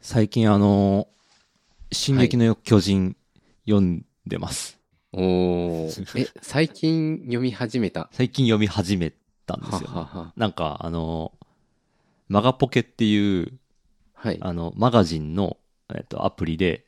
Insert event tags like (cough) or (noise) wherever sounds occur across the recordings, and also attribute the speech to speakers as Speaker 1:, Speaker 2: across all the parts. Speaker 1: 最近あの「進撃の巨人」読んでます、
Speaker 2: おおー。 (laughs) え、最近読み始めた。
Speaker 1: 最近読み始めたんです
Speaker 2: は
Speaker 1: よ、
Speaker 2: はは。
Speaker 1: なんかあのマガポケっていう
Speaker 2: はい。
Speaker 1: あのマガジンの、えっと、アプリで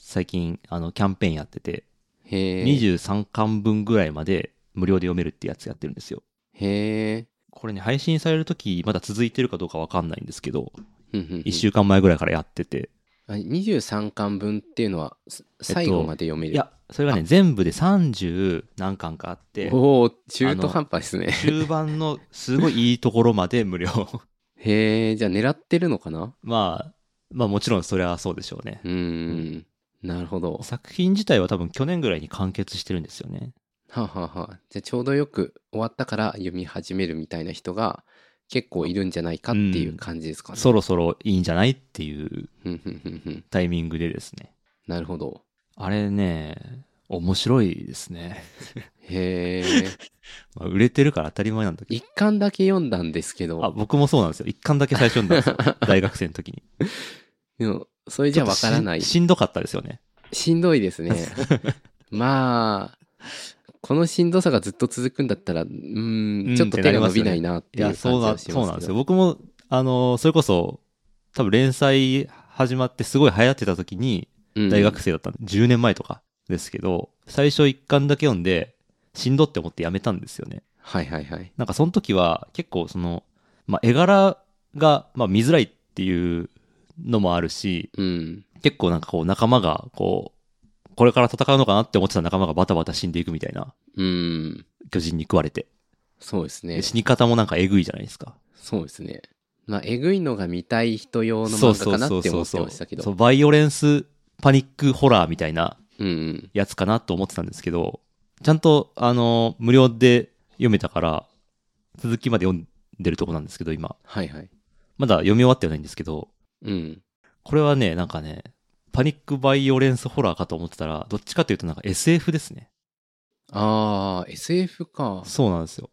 Speaker 1: 最近あのキャンペーンやってて、
Speaker 2: へえ。
Speaker 1: 23巻分ぐらいまで無料で読めるってやつやってるんですよ
Speaker 2: へえ。
Speaker 1: これね配信される時まだ続いてるかどうかわかんないんですけど、
Speaker 2: ふんふんふん
Speaker 1: 1週間前ぐらいからやってて
Speaker 2: あ23巻分っていうのはす最後まで読める、
Speaker 1: いやそれがね全部で30何巻かあって
Speaker 2: おお中
Speaker 1: あの
Speaker 2: 途半端ですね
Speaker 1: 中盤のすごいいいところまで無料 (laughs)
Speaker 2: へえじゃあ狙ってるのかな
Speaker 1: まあまあもちろんそれはそうでしょうね
Speaker 2: うーんなるほど
Speaker 1: 作品自体は多分去年ぐらいに完結してるんですよね
Speaker 2: はあはあはあじゃあちょうどよく終わったから読み始めるみたいな人が結構いるんじゃないかっていう感じですかね、
Speaker 1: そろそろいいんじゃないっていう
Speaker 2: ふんふんふんふん
Speaker 1: タイミングでですね
Speaker 2: なるほど
Speaker 1: あれね面白いですね、 (laughs)
Speaker 2: へえ
Speaker 1: まあ、売れてるから当たり前なんだけ
Speaker 2: 一巻だけ読んだんですけ (laughs)
Speaker 1: どあ
Speaker 2: ど
Speaker 1: 僕もそうなんですよ一巻だけ最初読んだん
Speaker 2: (laughs)
Speaker 1: ですよ大学生の時に
Speaker 2: でもそれじゃわからない
Speaker 1: ちょっとし
Speaker 2: し
Speaker 1: しんどかったですよね
Speaker 2: んどいで
Speaker 1: (laughs)
Speaker 2: すねまあこのしんどさがずっと続くんだったらうー
Speaker 1: うん
Speaker 2: んちょっと手が伸びないなって
Speaker 1: い
Speaker 2: い
Speaker 1: や
Speaker 2: う感じ
Speaker 1: そうな
Speaker 2: は
Speaker 1: ん
Speaker 2: し
Speaker 1: そうなん
Speaker 2: ま
Speaker 1: ですす
Speaker 2: け
Speaker 1: よ
Speaker 2: ど
Speaker 1: 僕もあのそれこそ多分連載始まってすごい流行ってた時に
Speaker 2: うん
Speaker 1: 大学生だったんで、10年前とかですけど最初一巻だけ読んでしんどって思ってやめたんですよね
Speaker 2: はいはいはい
Speaker 1: なんかその時は結構その、まあ、絵柄が、まあ、見づらいっていうのもあるし
Speaker 2: うん
Speaker 1: 結構なんかこう仲間がこうこれから戦うのかなって思ってた仲間がバタバタ死んでいくみたいな
Speaker 2: うん
Speaker 1: 巨人に食われて、
Speaker 2: そうですね
Speaker 1: で死に方もなんかえぐいじゃないですか
Speaker 2: そうですね。まあ、えぐいのが見たい人用の漫画かなって思ってましたけ
Speaker 1: そ
Speaker 2: ど
Speaker 1: う。バイオレンスパニックホラーみたいな
Speaker 2: うんうん。
Speaker 1: やつかなと思ってたんですけどちゃんとあの無料で読めたから続きまで読んでるとこなんですけど今
Speaker 2: はいはい。
Speaker 1: まだ読み終わってはないんですけど
Speaker 2: うん。
Speaker 1: これはねなんかねパニックバイオレンスホラーかと思ってたらどっちかというとなんか SF ですね
Speaker 2: ああ、SF か。
Speaker 1: そうなんですよ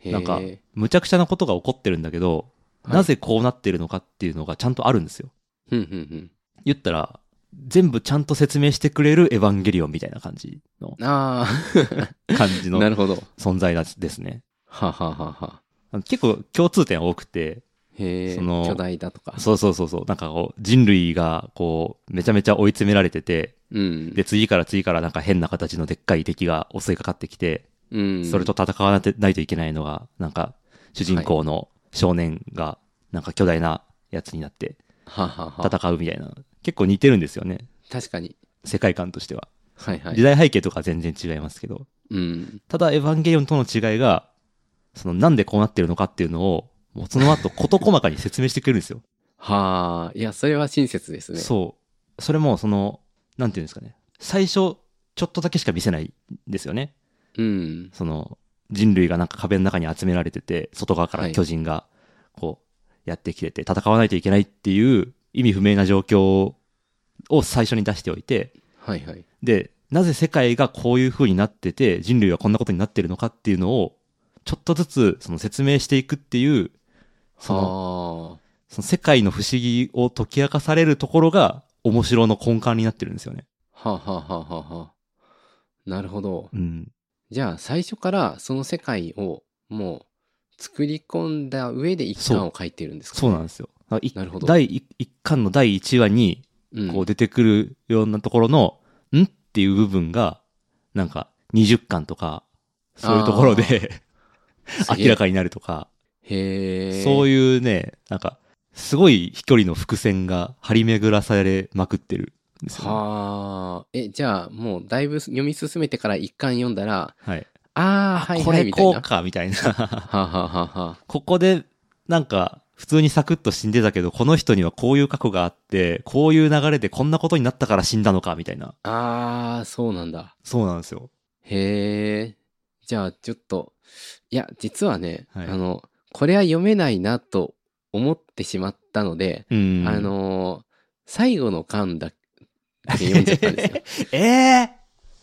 Speaker 2: へー
Speaker 1: なんかむちゃくちゃなことが起こってるんだけど、
Speaker 2: はい
Speaker 1: なぜこうなってるのかっていうのがちゃんとあるんですよ
Speaker 2: ふんふん
Speaker 1: 言ったら全部ちゃんと説明してくれるエヴァンゲリオンみたいな感じの
Speaker 2: ふん。あ
Speaker 1: 感じ
Speaker 2: あ、 (laughs) な
Speaker 1: (laughs) の
Speaker 2: るほど。
Speaker 1: 存在なんですね。
Speaker 2: はははは。
Speaker 1: 結構共通点多くて、
Speaker 2: へえ、
Speaker 1: その
Speaker 2: 巨大だとか。
Speaker 1: そうそうそうそう、なんかこう人類がこうめちゃめちゃ追い詰められてて、
Speaker 2: うん。
Speaker 1: で次から次からなんか変な形のでっかい敵が襲いかかってきて、
Speaker 2: うん。
Speaker 1: それと戦わないといけないのが、なんか主人公の少年がなんか巨大なやつになって
Speaker 2: ははは。
Speaker 1: 戦うみたいな、結構似てるんですよね、
Speaker 2: 確かに。
Speaker 1: 世界観としては。
Speaker 2: はいは
Speaker 1: 時
Speaker 2: い。
Speaker 1: 代背景とか全然違いますけど。
Speaker 2: うん。
Speaker 1: ただ、エヴァンゲリオンとの違いが、その、なんでこうなってるのかっていうのを、もうその後、事細かに説明してくれるんですよ。
Speaker 2: はあ、いや、それは親切ですね。
Speaker 1: そう。それも、その、なんていうんですかね。最初、ちょっとだけしか見せないんですよね。
Speaker 2: う。うん。
Speaker 1: その、人類がなんか壁の中に集められてて、外側から巨人が、こう、やってきてて、戦わないといけないっていう、意味不明な状況を最初に出しておいて、
Speaker 2: はいはい。
Speaker 1: で、なぜ世界がこういう風になってて、人類はこんなことになってるのかっていうのを、ちょっとずつその説明していくっていう、その
Speaker 2: は
Speaker 1: その世界の不思議を解き明かされるところが、面白の根幹になってるんですよね。
Speaker 2: あ。はあはあはあはあはあ。なるほど。
Speaker 1: うん。
Speaker 2: じゃあ最初からその世界をもう作り込んだ上で一巻を書いてるんですか
Speaker 1: そうなんですよ。だからい
Speaker 2: なるほど
Speaker 1: 第一一巻の第1話に、
Speaker 2: うん
Speaker 1: こう出てくるようなところの、んっていう部分が、なんか20巻とか、そういうところで (laughs) 明らかになるとか、
Speaker 2: に。へえ。
Speaker 1: そう
Speaker 2: いう。
Speaker 1: いうね、なんか、すごい飛距離の伏線が張り巡らされまくってるんですよ、ね。
Speaker 2: はあ。え、じゃあもうだいぶ読み進めてから一巻読んだら、
Speaker 1: はい。
Speaker 2: ああ、はい
Speaker 1: こ
Speaker 2: はい
Speaker 1: れ
Speaker 2: みたい
Speaker 1: こ
Speaker 2: な。
Speaker 1: う
Speaker 2: は
Speaker 1: か、みたいな。
Speaker 2: あ、はあはあはあ、
Speaker 1: ここで、なんか、普通にサクッと死んでたけど、この人にはこういう過去があって、こういう流れでこんなことになったから死んだのか、みたいな。
Speaker 2: ああ、そうなんだ。
Speaker 1: そうなんですよ。
Speaker 2: へえ。じゃあちょっと、いや、実はね、
Speaker 1: はい
Speaker 2: あの、これは読めないなと思ってしまったので、
Speaker 1: うん。
Speaker 2: あ、のー最後の巻だけ読んじゃったん
Speaker 1: (laughs)
Speaker 2: ですよ。
Speaker 1: え
Speaker 2: (laughs)
Speaker 1: え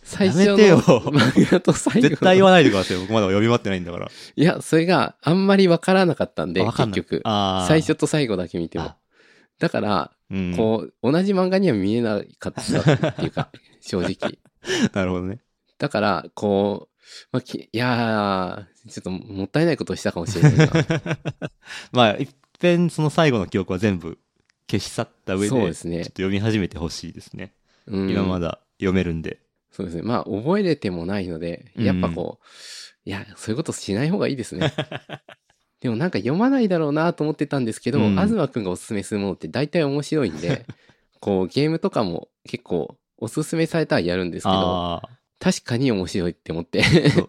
Speaker 2: 最初の
Speaker 1: やめてよ
Speaker 2: 漫画と最後の
Speaker 1: 絶対言わないでくださいよ。僕まだ読み終わってないんだから。
Speaker 2: いやそれがあんまりわからなかったんで
Speaker 1: わかん
Speaker 2: 結
Speaker 1: ない
Speaker 2: 局
Speaker 1: あー
Speaker 2: 最初と最後だけ見ても
Speaker 1: あ
Speaker 2: だから、
Speaker 1: うん。
Speaker 2: こう、同じ漫画には見えなかったっていう
Speaker 1: (laughs)
Speaker 2: か、正直。
Speaker 1: なるほどね。
Speaker 2: だから、こう、まあ、きいやー、ちょっともったいないことをしたかもし
Speaker 1: (laughs)
Speaker 2: れないな。
Speaker 1: まあ、いっぺんその最後の記憶は全部消し去った上で、
Speaker 2: そうです
Speaker 1: ちょ
Speaker 2: ね
Speaker 1: っと読み始めてほしいですね。
Speaker 2: うん、
Speaker 1: 今まだ読めるんで。
Speaker 2: そうですね。まあ、覚えれてもないので、やっぱこう、いや、そういうことしない方がいい
Speaker 1: (laughs)
Speaker 2: ですね。でもなんか読まないだろうなと思ってたんですけど、
Speaker 1: うん
Speaker 2: 東くんがおすすめするものって大体面白いん
Speaker 1: (laughs)
Speaker 2: で、こう、ゲームとかも結構おすすめされたらやるんですけど、
Speaker 1: ああ。
Speaker 2: 確かに面白いって思
Speaker 1: (laughs)
Speaker 2: って。
Speaker 1: そう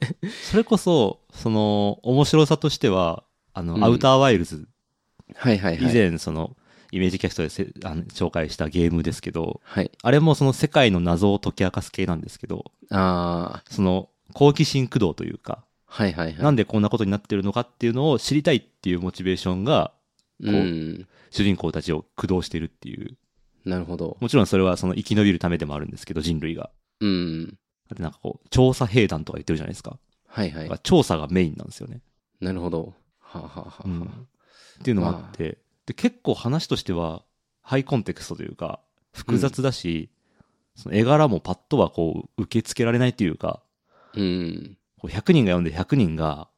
Speaker 1: それこそ、その、面白さとしては、あの、
Speaker 2: うん
Speaker 1: アウターワイルズ、
Speaker 2: はいはい
Speaker 1: 以
Speaker 2: はい。
Speaker 1: 前、その、イメージキャストでせあの紹介したゲームですけど、
Speaker 2: はい。
Speaker 1: あれもその世界の謎を解き明かす系なんですけど、
Speaker 2: あ
Speaker 1: その、好奇心駆動というか、
Speaker 2: ー、はいはいはい。
Speaker 1: なんでこんなことになってるのかっていうのを知りたいっていうモチベーションが、こう
Speaker 2: うん。
Speaker 1: 主人公たちを駆動してるっていう。
Speaker 2: なるほど。
Speaker 1: もちろんそれはその生き延びるためでもあるんですけど、人類が。
Speaker 2: うん。
Speaker 1: だってなんかこう、調査兵団とか言ってるじゃないですか。
Speaker 2: はいは
Speaker 1: だ
Speaker 2: い
Speaker 1: から。調査がメインなんですよね。
Speaker 2: なるほど。はあ、はあはあ
Speaker 1: う
Speaker 2: は
Speaker 1: ん
Speaker 2: あ
Speaker 1: っていうのもあって、で結構話としてはハイコンテクストというか複雑だし、その絵柄もパッとはこう受け付けられないというか
Speaker 2: うん。
Speaker 1: こう100人が読んで100人が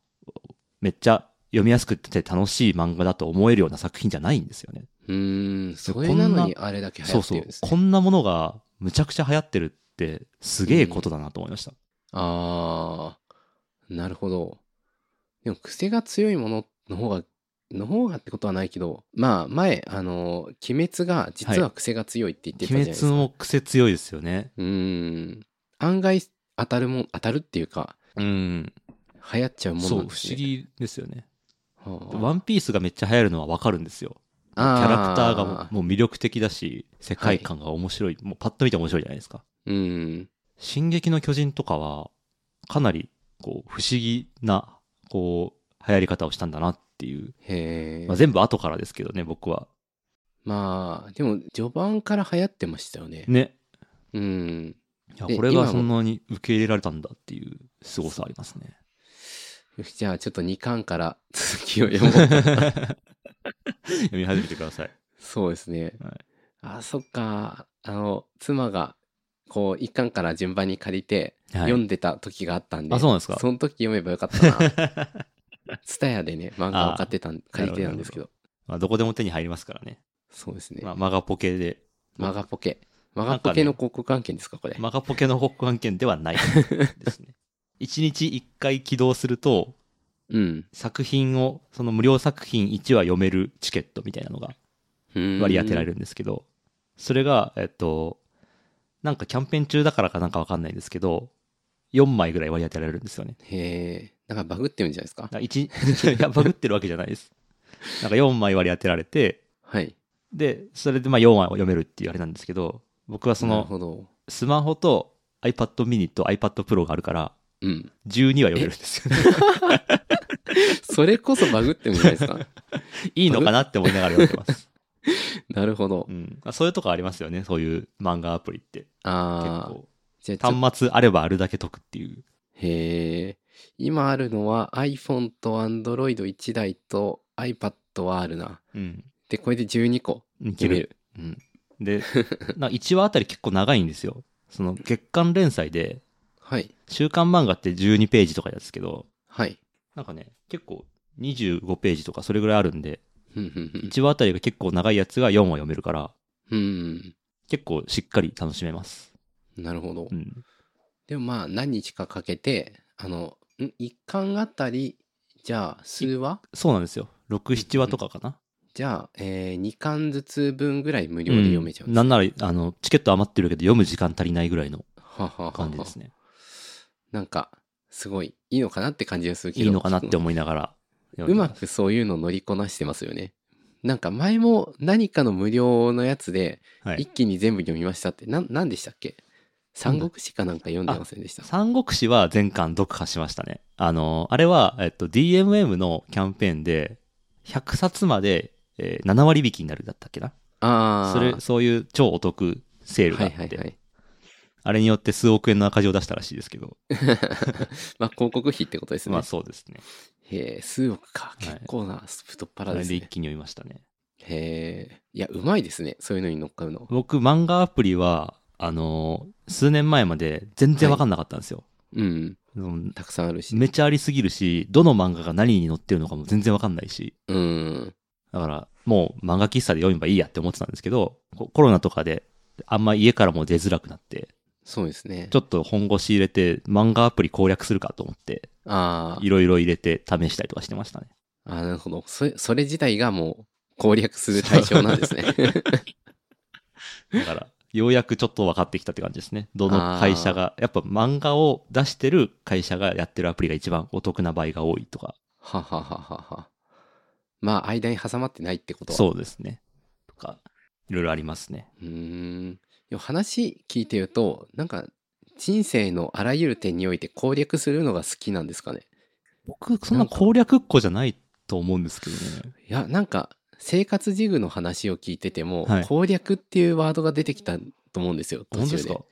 Speaker 1: めっちゃ読みやすくて楽しい漫画だと思えるような作品じゃないんですよね。
Speaker 2: うん。それなのにあれだけ流
Speaker 1: そう
Speaker 2: 行って
Speaker 1: そ
Speaker 2: る
Speaker 1: うん
Speaker 2: ですね。
Speaker 1: こんなものがむちゃくちゃ流行ってるってすげえことだなと思いました。
Speaker 2: ああ、なるほど。でも癖が強いものの方が、の方がってことはないけど、まあ前、あの、鬼滅が実は癖が強いって言ってたじゃない
Speaker 1: 鬼
Speaker 2: ですか。
Speaker 1: 滅も癖強いですよね。
Speaker 2: うーん。案外当たるもん、当たるっていうか、
Speaker 1: うん。
Speaker 2: 流行っちゃうもの
Speaker 1: そ
Speaker 2: な
Speaker 1: うん
Speaker 2: で
Speaker 1: 不
Speaker 2: す
Speaker 1: 思
Speaker 2: ね。
Speaker 1: 議ですよね。
Speaker 2: は
Speaker 1: ワンピースがめっちゃ流行るのはわかるんですよ。キ
Speaker 2: あ、
Speaker 1: ャ
Speaker 2: キ
Speaker 1: ラクターがもうもう魅力的だし、世界観が面白い。もうパッと見て面白いじゃないですか。
Speaker 2: うん。
Speaker 1: 進撃の巨人とかは、かなり、こう、不思議な、こう、流行り方をしたんだなっていう。
Speaker 2: へえ。
Speaker 1: まあ、全部後からですけどね、僕は。
Speaker 2: まあ、でも序盤から流行ってましたよね。
Speaker 1: ね。
Speaker 2: うん。
Speaker 1: いや、
Speaker 2: で
Speaker 1: これが
Speaker 2: 今も
Speaker 1: そんなに受け入れられたんだっていう凄さありますね。
Speaker 2: よしじゃあちょっと2巻から (laughs) 続きを
Speaker 1: (laughs)
Speaker 2: 読もう。
Speaker 1: 読み始めてください。
Speaker 2: そうですね。
Speaker 1: はい
Speaker 2: あ、そっか。あの、妻が、こう、一巻から順番に借りて、
Speaker 1: はい。
Speaker 2: 読んでた時があったんで。
Speaker 1: あ、そうなんですか。
Speaker 2: その時読めばよかったな。ツタヤでね、漫画を買ってたん、借りてたんですけど。
Speaker 1: (laughs) まあ、どこでも手に入りますからね。
Speaker 2: そうですね。
Speaker 1: まあ、マガポケで。
Speaker 2: マガポケ。マガポケの広告案件ですか、これ。
Speaker 1: マガポケの報告案件ではないです
Speaker 2: (laughs)
Speaker 1: ね。1日1回起動すると、
Speaker 2: うん。
Speaker 1: 作品を、その無料作品1話読めるチケットみたいなのが割り当てられ
Speaker 2: る。
Speaker 1: るんですけど、それが、えっと、なんかキャンペーン中だからかなんかわかんないんですけど、4枚ぐらい割り当てられるんですよね。
Speaker 2: へえ。なんかバグってるんじゃないですか。
Speaker 1: だから一 (laughs) いや、バグってるわけじゃないです。なんか4枚割り当てられて、
Speaker 2: はい。
Speaker 1: で、それでまあ4枚を読めるっていうあれなんですけど、僕はそ
Speaker 2: なる
Speaker 1: の
Speaker 2: ほど。
Speaker 1: スマホと iPad mini と iPad Pro があるから、
Speaker 2: うん。
Speaker 1: 12は読めるんですよね。
Speaker 2: それこそバグってるんじゃないで
Speaker 1: (laughs)
Speaker 2: すか。
Speaker 1: いいのかなって思いながら読んで
Speaker 2: (laughs)
Speaker 1: ます。
Speaker 2: なるほど
Speaker 1: う。ん。まあそういうとこありますよね、そういう漫画アプリって。結
Speaker 2: ああ。
Speaker 1: 構。
Speaker 2: じゃあちょっと
Speaker 1: 端末あればあるだけ得っていう。
Speaker 2: へえ。今あるのは iPhone と Android1 台と iPad はあるな。
Speaker 1: うん。
Speaker 2: で、これで12個
Speaker 1: い
Speaker 2: 読める。
Speaker 1: うん。で、 (laughs) な1話あたり結構長いんですよ。その月刊連載で、
Speaker 2: はい。
Speaker 1: 週刊漫画って12ページとかですけど、
Speaker 2: はい。
Speaker 1: なんかね、結構25ページとかそれぐらいあるんで、
Speaker 2: ふんふんふん
Speaker 1: 1話あたりが結構長いやつが4話読めるから、
Speaker 2: うん。
Speaker 1: 結構しっかり楽しめます。
Speaker 2: なるほど
Speaker 1: う。ん。
Speaker 2: でもまあ、何日かかけて、あの、ん1巻あたり、じゃあ、数話
Speaker 1: そうなんですよ。6、7話とかかな。
Speaker 2: じゃあ、え2巻ずつ分ぐらい無料で読めちゃうん
Speaker 1: ん
Speaker 2: です。
Speaker 1: なんなら、あの、チケット余ってるけど読む時間足りないぐらいの
Speaker 2: はははは
Speaker 1: 感じですね。
Speaker 2: なんか、すごい、い (laughs) いのかなって感じがするけど。
Speaker 1: いいのかなって思いながら読
Speaker 2: うん
Speaker 1: で
Speaker 2: ま
Speaker 1: ます。
Speaker 2: くそういうの乗りこなしてますよね。なんか前も何かの無料のやつで
Speaker 1: はい
Speaker 2: 一気に全部読みましたって、なんなんでしたっけ三国志かなんか読んでませんでした。
Speaker 1: 三国志は全巻読破しましたね。あの、あれは、えっと、DMM のキャンペーンで、100冊まで、えー7割引きになるだったっけな
Speaker 2: ああ。
Speaker 1: それ、そういう超お得セールが
Speaker 2: は
Speaker 1: あっ
Speaker 2: い
Speaker 1: て、
Speaker 2: はいはい。
Speaker 1: あれによって数億円の赤字を出したらしいですけど、
Speaker 2: まあ広告費ってことですね。
Speaker 1: まあそうですね。
Speaker 2: へえ、数億か。
Speaker 1: い
Speaker 2: 結構な太っ腹
Speaker 1: そ
Speaker 2: で
Speaker 1: れ
Speaker 2: す
Speaker 1: で
Speaker 2: ね。
Speaker 1: 一気に読みましたね。
Speaker 2: へえ。いや、うまいですね。そういうのに乗っかるの。
Speaker 1: 僕、漫画アプリは、あのー数年前まで全然わかんなかったんですよ。
Speaker 2: うん。
Speaker 1: その
Speaker 2: たくさんあるし。
Speaker 1: めっちゃありすぎるし、どの漫画が何に載ってるのかも全然わかんないし。
Speaker 2: うん。
Speaker 1: だから、もう漫画喫茶で読めばいいやって思ってたんですけど、こコロナとかで、あんま家からも出づらくなって、
Speaker 2: そうですね
Speaker 1: ち。ょっと本腰入れて、漫画アプリ攻略するかと思って、
Speaker 2: あ
Speaker 1: いろいろ入れて試したりとかしてましたね。
Speaker 2: あ。あーなるほど。それ、それ自体がもう攻略する対象なんです
Speaker 1: (laughs)
Speaker 2: ね。
Speaker 1: だから、ようやくちょっと分かってきたって感じですね。どの会社が、やっぱ漫画を出してる会社がやってるアプリが一番お得な場合が多いとか、
Speaker 2: ははははは。まあ、間に挟まってないってことは
Speaker 1: そうですね。とか、いろいろありますね。
Speaker 2: うーん。でも話聞いてると、なんか、人生のあらゆる点において攻略するのが好きなんですかね。
Speaker 1: 僕、そんな攻略っ子じゃないと思うんですけどね。
Speaker 2: いや、なんか、生活事具の話を聞いてても、
Speaker 1: はい
Speaker 2: 攻略っていうワードが出てきたと思うんですよ。途
Speaker 1: 本当
Speaker 2: 中
Speaker 1: ですか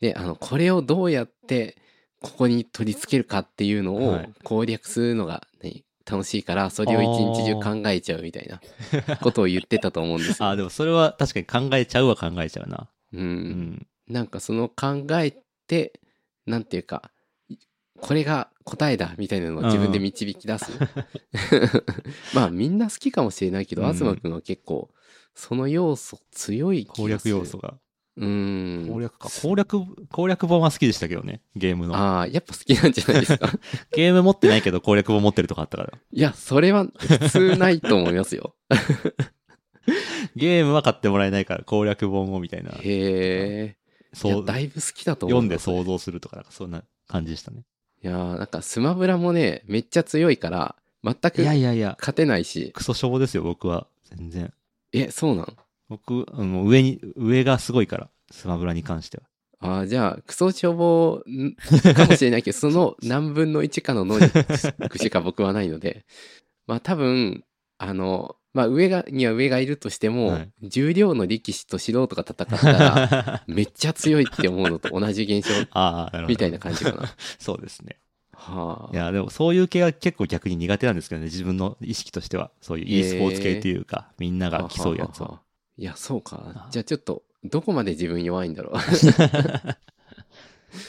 Speaker 2: で、あの、これをどうやって、ここに取り付けるかっていうのを
Speaker 1: はい
Speaker 2: 攻略するのが、ね、楽しいから、それを一日中考えちゃうみたいなことを言ってたと思うん
Speaker 1: (laughs)
Speaker 2: ですよ。
Speaker 1: ああ、でもそれは確かに考えちゃうは考えちゃうな。
Speaker 2: う。
Speaker 1: うんん。
Speaker 2: なんかその考えてなんていうかいこれが答えだみたいなのを自分で導き
Speaker 1: (laughs)
Speaker 2: 出す、まあみんな好きかもしれないけど、
Speaker 1: うん
Speaker 2: 東くんは結構その要素強い気がする
Speaker 1: 攻略要素が。
Speaker 2: うん
Speaker 1: 攻略か。攻略、攻略本は好きでしたけどね、ゲームの。
Speaker 2: ああやっぱ好きなんじゃないで
Speaker 1: (laughs)
Speaker 2: すか
Speaker 1: ゲーム持ってないけど攻略本持ってるとかあったから。
Speaker 2: いやそれは普通ないと思いますよ
Speaker 1: ゲームは買ってもらえないから攻略本をみた (laughs) いな。
Speaker 2: へえい
Speaker 1: そ
Speaker 2: や
Speaker 1: う、
Speaker 2: だいぶ好きだと思う
Speaker 1: 読んで想像するとか、なんかそんな感じでしたね。
Speaker 2: いやーなんかスマブラもねめっちゃ強いから全
Speaker 1: い
Speaker 2: く
Speaker 1: やいやいや、
Speaker 2: 勝てないし
Speaker 1: クソしょぼですよ、僕は。全然。
Speaker 2: えそうなん
Speaker 1: 僕、あの上に、上がすごいから、スマブラに関しては。
Speaker 2: ああ、じゃあ、クソ消防んかもしれないけど、
Speaker 1: (laughs)
Speaker 2: その何分の1かの能力しか僕はないので、 (laughs) まあ多分、あの、まあ上が、には上がいるとしても、
Speaker 1: はい
Speaker 2: 重量の力士と素人が戦っ
Speaker 1: (laughs)
Speaker 2: たら、
Speaker 1: あ
Speaker 2: めっちゃ強いって思うのと同じ現象
Speaker 1: あ、なるほど。
Speaker 2: みたいな感じかな。
Speaker 1: そうですね。
Speaker 2: はいあ。
Speaker 1: や、でもそういう系は結構逆に苦手なんですけどね、自分の意識としては。そういう e スポーツ系というか、みん (laughs) なが競うやつ
Speaker 2: はは
Speaker 1: は。
Speaker 2: は。いや、そうか
Speaker 1: あ。
Speaker 2: じゃあちょっと、どこまで自分弱い
Speaker 1: (laughs)
Speaker 2: んだろう。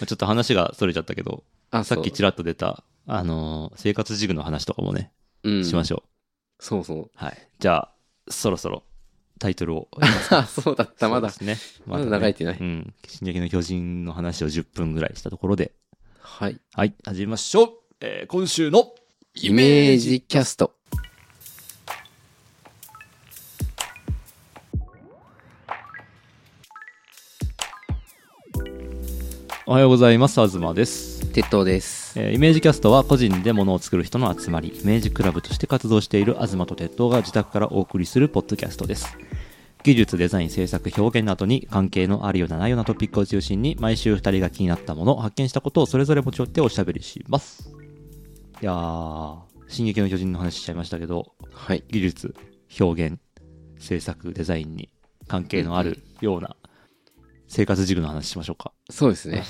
Speaker 1: ちょっと話がそれちゃったけど、
Speaker 2: あ
Speaker 1: さっきちらっと出た、あのー生活事具の話とかもね、しま
Speaker 2: ょ
Speaker 1: しょ
Speaker 2: うん。そうそう。 (laughs)
Speaker 1: う。はい。じゃあ、そろそろタイトルを。
Speaker 2: あそうだった、まだ。
Speaker 1: そうです (laughs) ね。
Speaker 2: まだ
Speaker 1: ね
Speaker 2: 流れてない
Speaker 1: うん。進撃の巨人の話を10分ぐらいしたところで、
Speaker 2: はい。
Speaker 1: はい、始めましょう。えー今週の
Speaker 2: イメージキャスト。
Speaker 1: おはようございます、東です。
Speaker 2: 鉄塔です。
Speaker 1: えーイメージキャストは個人で物を作る人の集まりイメージクラブとして活動している東と鉄道が自宅からお送りするポッドキャストです技術デザイン制作表現などに関係のあるようなないようなトピックを中心に毎週2人が気になったもの発見したことをそれぞれ持ち寄っておしゃべりしますいやー「進撃の巨人」の話しちゃいましたけど
Speaker 2: はい。
Speaker 1: 技術表現制作デザインに関係のあるような生活軸の話しましょうか
Speaker 2: そうで
Speaker 1: (laughs)
Speaker 2: すね。 (laughs)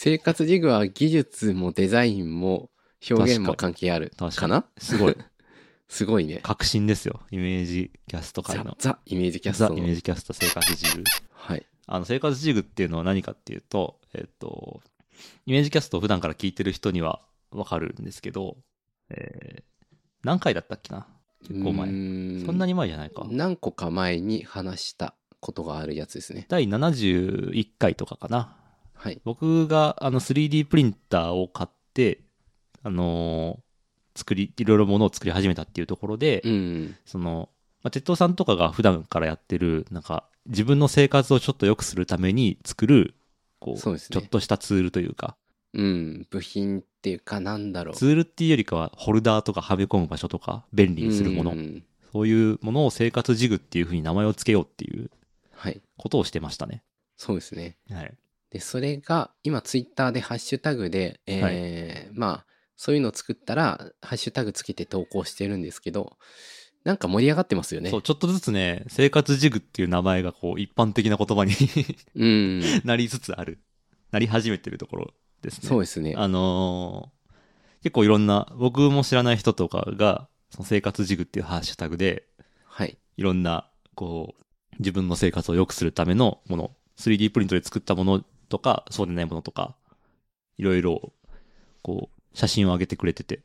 Speaker 2: 生活事具は技術もデザインも表現も関係あるか
Speaker 1: 確かに
Speaker 2: な
Speaker 1: すごい
Speaker 2: すごいね。
Speaker 1: 革新ですよイメージキャスト界
Speaker 2: ザ
Speaker 1: の・
Speaker 2: ザ・イメージキャスト
Speaker 1: ザイメ
Speaker 2: の
Speaker 1: ー。ジキャスト生活ジグ。
Speaker 2: はい。
Speaker 1: あの、生活ジグっていうのは何かっていうと、えっと、イメージキャストを普段から聞いてる人にはわかるんですけど、えー何回だったっけな結構前。そ
Speaker 2: そ
Speaker 1: んなに前じゃないか。
Speaker 2: 何個か前に話したことがあるやつですね。
Speaker 1: 第71回とかかな。
Speaker 2: はい。
Speaker 1: 僕があの 3D プリンターを買って、あのー作り、いろいろものを作り始めたっていうところで、
Speaker 2: うん。
Speaker 1: その、まあ、鉄道さんとかが普段からやってる、なんか、自分の生活をちょっと良くするために作る、こう、
Speaker 2: そうです
Speaker 1: ちょ
Speaker 2: ね
Speaker 1: っとしたツールというか、
Speaker 2: うん。部品っていうかなんだろう。
Speaker 1: ツールっていうよりかは、ホルダーとかはめ込む場所とか、便利にするも
Speaker 2: う
Speaker 1: の、
Speaker 2: ん
Speaker 1: そういうものを生活ジグっていうふうに名前をつけようっていう
Speaker 2: はい。
Speaker 1: ことをしてましたね。
Speaker 2: そうですね。
Speaker 1: はい。
Speaker 2: で、それが、今、ツイッターでハッシュタグで、えーまあ、そういうのを作ったら、ハッシュタグつけて投稿してるんですけど、なんか盛り上がってますよね。
Speaker 1: そう、ちょっとずつね、生活ジグっていう名前が、こう、一般的な言葉に (laughs)
Speaker 2: うん。
Speaker 1: なりつつある、なり始めてるところですね。
Speaker 2: そうですね。
Speaker 1: あのー結構いろんな、僕も知らない人とかが、そその生活ジグっていうハッシュタグで、
Speaker 2: はい。
Speaker 1: いろんな、こう、自分の生活を良くするためのもの、3D プリントで作ったものとか、そうでないものとか、いろいろ、こう、写真を上げてくれてて、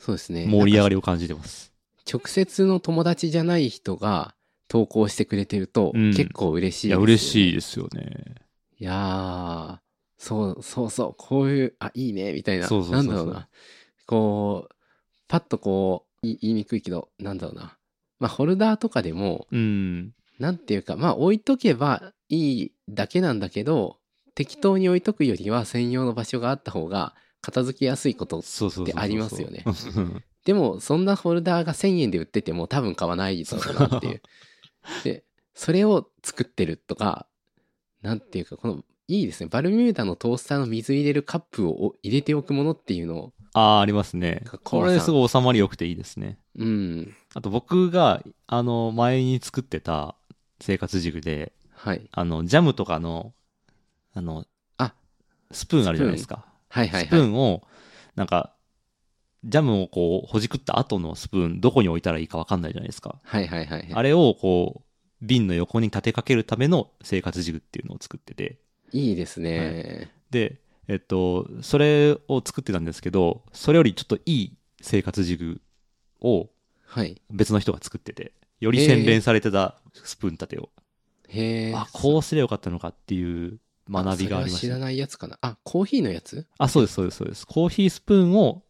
Speaker 2: そうですね。
Speaker 1: 盛り上が
Speaker 2: り。
Speaker 1: りを感じてます。
Speaker 2: 直接の友達じゃない人が投稿してくれてると、
Speaker 1: うん
Speaker 2: 結構嬉しい
Speaker 1: い
Speaker 2: で
Speaker 1: や、
Speaker 2: すよね、
Speaker 1: 嬉しい
Speaker 2: い。
Speaker 1: ですよね。
Speaker 2: いやー、そうそうそう、こういう、あ、いいね、みたいな。
Speaker 1: そうそうそうそう
Speaker 2: なんだろうな。こう、パッとこう、い言いにくいけど、なんだろうな。まあ、ホルダーとかでも、
Speaker 1: うん。
Speaker 2: なんていうか、まあ、置いとけばいいだけなんだけど、適当に置いとくよりは専用の場所があった方が、片付けやすいこと
Speaker 1: そうそうそうそう。
Speaker 2: ってありますよね
Speaker 1: うん
Speaker 2: でも、そんなホルダーが1000円で売ってても多分買わないだろうなって
Speaker 1: (laughs)
Speaker 2: いう。で、それを作ってるとか、なんていうか、この、いいですね。バルミューダのトースターの水入れるカップを入れておくものっていうのを、
Speaker 1: (laughs) ああ、ありますね
Speaker 2: かっ。こいい
Speaker 1: これすごい収まり良くていいですね。
Speaker 2: うん、
Speaker 1: あと僕が、あの、前に作ってた生活軸で、
Speaker 2: はい。
Speaker 1: あの、ジャムとかの、あの、
Speaker 2: あ
Speaker 1: スプーンあるじゃないですか。
Speaker 2: はいはい
Speaker 1: スプ
Speaker 2: は
Speaker 1: ー
Speaker 2: い。
Speaker 1: ンを、なんか、ジャムをこう、ほじくった後のスプーン、どこに置いたらいいかわかんないじゃないですか。
Speaker 2: はいはいはい
Speaker 1: あ
Speaker 2: は
Speaker 1: れをこう、瓶の横に立てかけるための生活軸っていうのを作ってて。
Speaker 2: い。いいですね。
Speaker 1: で、えっと、それを作ってたんですけど、それよりちょっといい生活軸を
Speaker 2: はい。
Speaker 1: 別の人が作ってて、より洗練されてたスプーン立てを。
Speaker 2: へえ。
Speaker 1: あ、こうすればよかったのかっていう学びがありま
Speaker 2: そ
Speaker 1: し
Speaker 2: れは
Speaker 1: た
Speaker 2: 知
Speaker 1: ね。
Speaker 2: らないやつかな。あ、コーヒーのやつ
Speaker 1: あ、そうです、そうです、そうです。コーヒースプーンを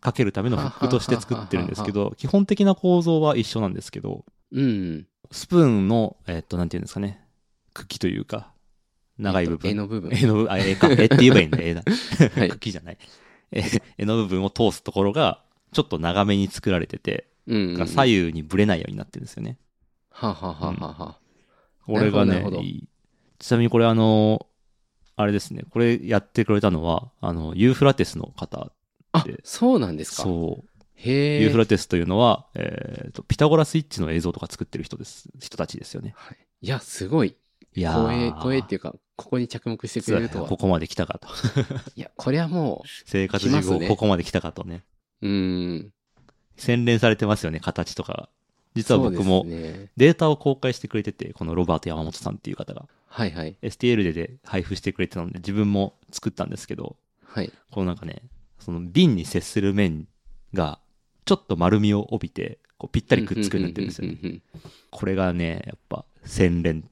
Speaker 1: かけるためのフックとして作ってるんですけど、基本的な構造は一緒なんですけど、
Speaker 2: うん。
Speaker 1: スプーンの、えっと、なんていうんですかね、茎というか、長い部分。
Speaker 2: えっと絵の部分。
Speaker 1: 絵の部分、あ、絵か。絵って言えばいいんだ、絵だ。
Speaker 2: (laughs) はい
Speaker 1: 茎じゃない。え絵の部分を通すところが、ちょっと長めに作られてて、
Speaker 2: うんうん。
Speaker 1: 左右にぶれないようになってるんですよね。
Speaker 2: はあはあはあはあはあ。
Speaker 1: これが
Speaker 2: な
Speaker 1: ね
Speaker 2: るほどなるほど
Speaker 1: いいちなみにこれあの、あれですね、これやってくれたのは、あの、ユーフラテスの方
Speaker 2: あ
Speaker 1: で、
Speaker 2: そうなんですか。
Speaker 1: そう。
Speaker 2: へえ。
Speaker 1: ユーフラテスというのは、えーと、ピタゴラスイッチの映像とか作ってる人です、人たちですよね。
Speaker 2: はい、いや、すごい。
Speaker 1: いや
Speaker 2: 光栄、光栄って
Speaker 1: い
Speaker 2: いうか、ここに着目してく
Speaker 1: う
Speaker 2: れるとは
Speaker 1: こ。こまで来た
Speaker 2: (laughs)
Speaker 1: かと。
Speaker 2: いや、これはも
Speaker 1: 生活
Speaker 2: 来ま
Speaker 1: 事
Speaker 2: す
Speaker 1: 業、
Speaker 2: ね
Speaker 1: ここまで来たかとね。
Speaker 2: う、うーん。
Speaker 1: 洗練されてますよね、形とか。実は僕
Speaker 2: そ
Speaker 1: も
Speaker 2: うですね。
Speaker 1: データを公開してくれてて、このロバート山本さんっていう方が、
Speaker 2: はいはい。
Speaker 1: STL で配布してくれてたので、自分も作ったんですけど、
Speaker 2: はい。
Speaker 1: このなんかね、その瓶に接する面が、ちょっと丸みを帯びて、こうぴったりくっつくようになってるんですよね。
Speaker 2: うううん
Speaker 1: これがね、やっぱ、洗練